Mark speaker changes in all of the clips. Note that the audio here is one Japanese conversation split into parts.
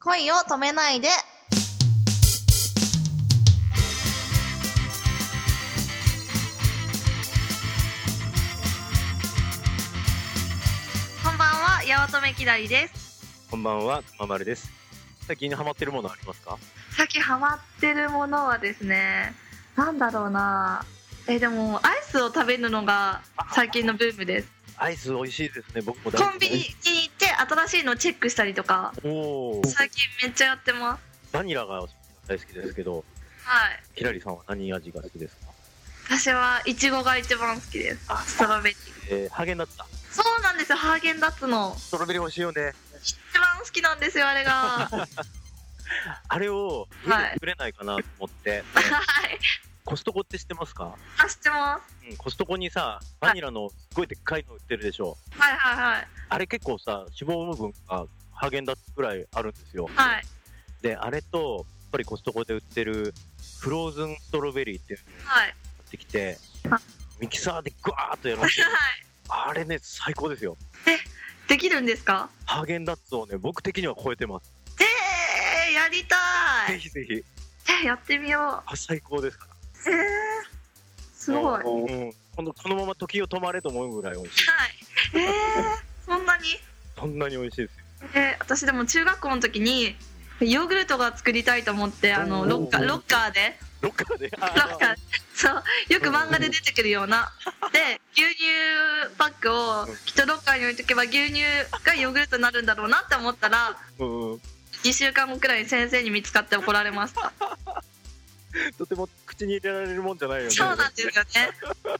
Speaker 1: 恋を止めないで。こんばんは、八乙女きだりです。
Speaker 2: こんばんは、ままるです。最近ハマってるものありますか
Speaker 1: さっきハマってるものはですね、なんだろうな。え、でも、アイスを食べるのが最近のブームです。
Speaker 2: アイス美味しいですね、僕も大
Speaker 1: コ
Speaker 2: 好
Speaker 1: ンビ
Speaker 2: き
Speaker 1: ニに行って新しいのチェックしたりとか、
Speaker 2: おお、
Speaker 1: 最近めっちゃやってます。
Speaker 2: バニラが大好きですけど、
Speaker 1: はい。
Speaker 2: ひらりさんは何味が好きですか
Speaker 1: 私はイチゴが一番好きです。
Speaker 2: あ
Speaker 1: ストロベリー。
Speaker 2: えー、ハーゲンダッツだ。
Speaker 1: そうなんですよ、ハーゲンダッツの。
Speaker 2: ストロベリー美味しいよね。
Speaker 1: 一番好きなんですよ、あれが。は
Speaker 2: あれを家で作れないかなと思って、ね
Speaker 1: い。
Speaker 2: コストコって知ってますか、
Speaker 1: あ、知ってます。
Speaker 2: うん、コストコにさ、バニラのすごいでっかいの売ってるでしょ。
Speaker 1: はいはいはい。
Speaker 2: あれ結構さ、脂肪分がハーゲンダッツぐらいあるんですよ。
Speaker 1: はい。
Speaker 2: で、あれと、やっぱりコストコで売ってるフローズンストロベリーっていう
Speaker 1: はい。
Speaker 2: 買ってきて
Speaker 1: あ、
Speaker 2: ミキサーでグワーッとやるんです
Speaker 1: は。
Speaker 2: よあれね、最高ですよ。
Speaker 1: い。できるんですか
Speaker 2: ハーゲンダッツをね、僕的には超えてます。
Speaker 1: えー、やりた
Speaker 2: ぜ
Speaker 1: い。
Speaker 2: ひぜひ、
Speaker 1: え、やってみよ
Speaker 2: あ最高ですから。
Speaker 1: う。えー、すごい。はい。
Speaker 2: うん、このこのまま時を止まれと思うぐらい美味しい。
Speaker 1: えー、そんなに
Speaker 2: そんなに美味しいですよ。
Speaker 1: えー私でも中学校の時に、ヨーグルトが作りたいと思って、あ
Speaker 2: お
Speaker 1: の、
Speaker 2: ー
Speaker 1: ロッカー、ロッカーで。
Speaker 2: ロッカーで。 ロ
Speaker 1: なんかそうよく漫画で出てくるようなで牛乳パックをきっとロッカーに置いとけば牛乳がヨーグルトになるんだろうなって思ったら
Speaker 2: うん、
Speaker 1: 2週間後くらいに先生に見つかって怒られました
Speaker 2: とても口に入れられるもんじゃないよね。
Speaker 1: そうなんですよね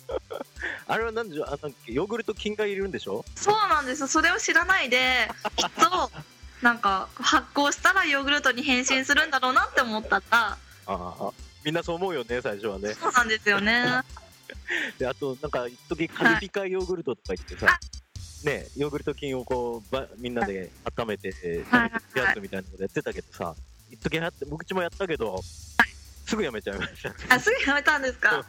Speaker 2: あれは何でしょうあなんかヨーグルト菌がいるんでしょ
Speaker 1: そうなんですそれを知らないできっとなんか発酵したらヨーグルトに変身するんだろうなって思ったら
Speaker 2: ああ。みんなそう思うよね、最初はね。
Speaker 1: そうなんですよね
Speaker 2: で、あと、なんか、一時カルピカヨーグルトとか言ってさ、
Speaker 1: は
Speaker 2: ね、ヨーグルト菌をこう、ばみんなで温めて、えー
Speaker 1: はい
Speaker 2: 食べてやつみたいなことやってたけどさ、一時やって、僕ちもやったけど、すぐやめちゃいました。
Speaker 1: あすぐやめたんですか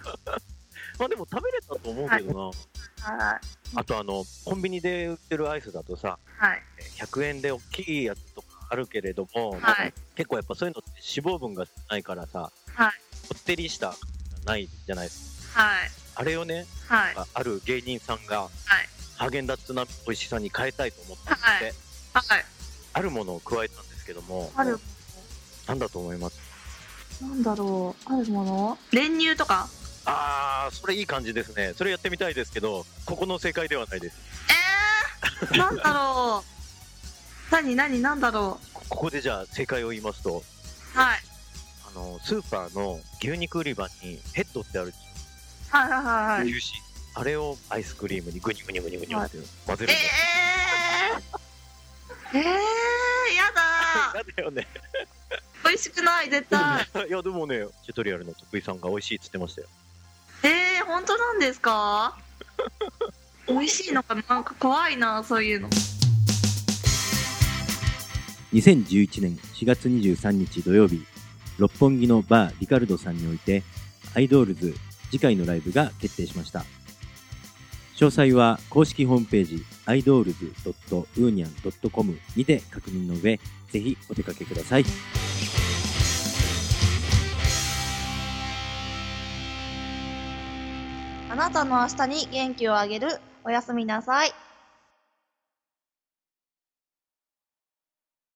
Speaker 2: まあでも食べれたと思うけどな。
Speaker 1: はい
Speaker 2: あと、あの、コンビニで売ってるアイスだとさ、
Speaker 1: はい
Speaker 2: 100円で大きいやつとかあるけれども、
Speaker 1: はい
Speaker 2: 結構やっぱそういうのって脂肪分がないからさ、
Speaker 1: はい
Speaker 2: こってりした感じがないじゃないですか。
Speaker 1: はい
Speaker 2: あれをね、
Speaker 1: はい
Speaker 2: ある芸人さんが、ハーゲンダッツの美味しさに変えたいと思ったんで、
Speaker 1: はいはい
Speaker 2: あるものを加えたんですけども、
Speaker 1: ある
Speaker 2: なんだと思います
Speaker 1: なんだろうあるもの練乳とか
Speaker 2: あー、それいい感じですね。それやってみたいですけど、ここの正解ではないです。
Speaker 1: えー、なんだろう何何なんだろ
Speaker 2: こここでじゃあ正解を言いますと、
Speaker 1: う、はい、
Speaker 2: あの、スーパーの牛肉売り場にヘッドってあるんですよ
Speaker 1: はいはいはいはい
Speaker 2: 牛脂。あれをアイスクリームにグニグニグニグニって混ぜるん
Speaker 1: え
Speaker 2: だよ。
Speaker 1: ー、えー、や だ
Speaker 2: やだよね。
Speaker 1: ー美味しくない絶対
Speaker 2: いや、でもね、チュートリアルの徳井さんが美味しいって言ってましたよ。
Speaker 1: えー、本当なんです か美味しいのかななんか怖いなそういうの
Speaker 3: 2011年4月23日土曜日、六本木のバーリカルドさんにおいて、アイドールズ次回のライブが決定しました。詳細は公式ホームページ、idols.union.com にて確認の上、ぜひお出かけください。
Speaker 1: あなたの明日に元気をあげるおやすみなさい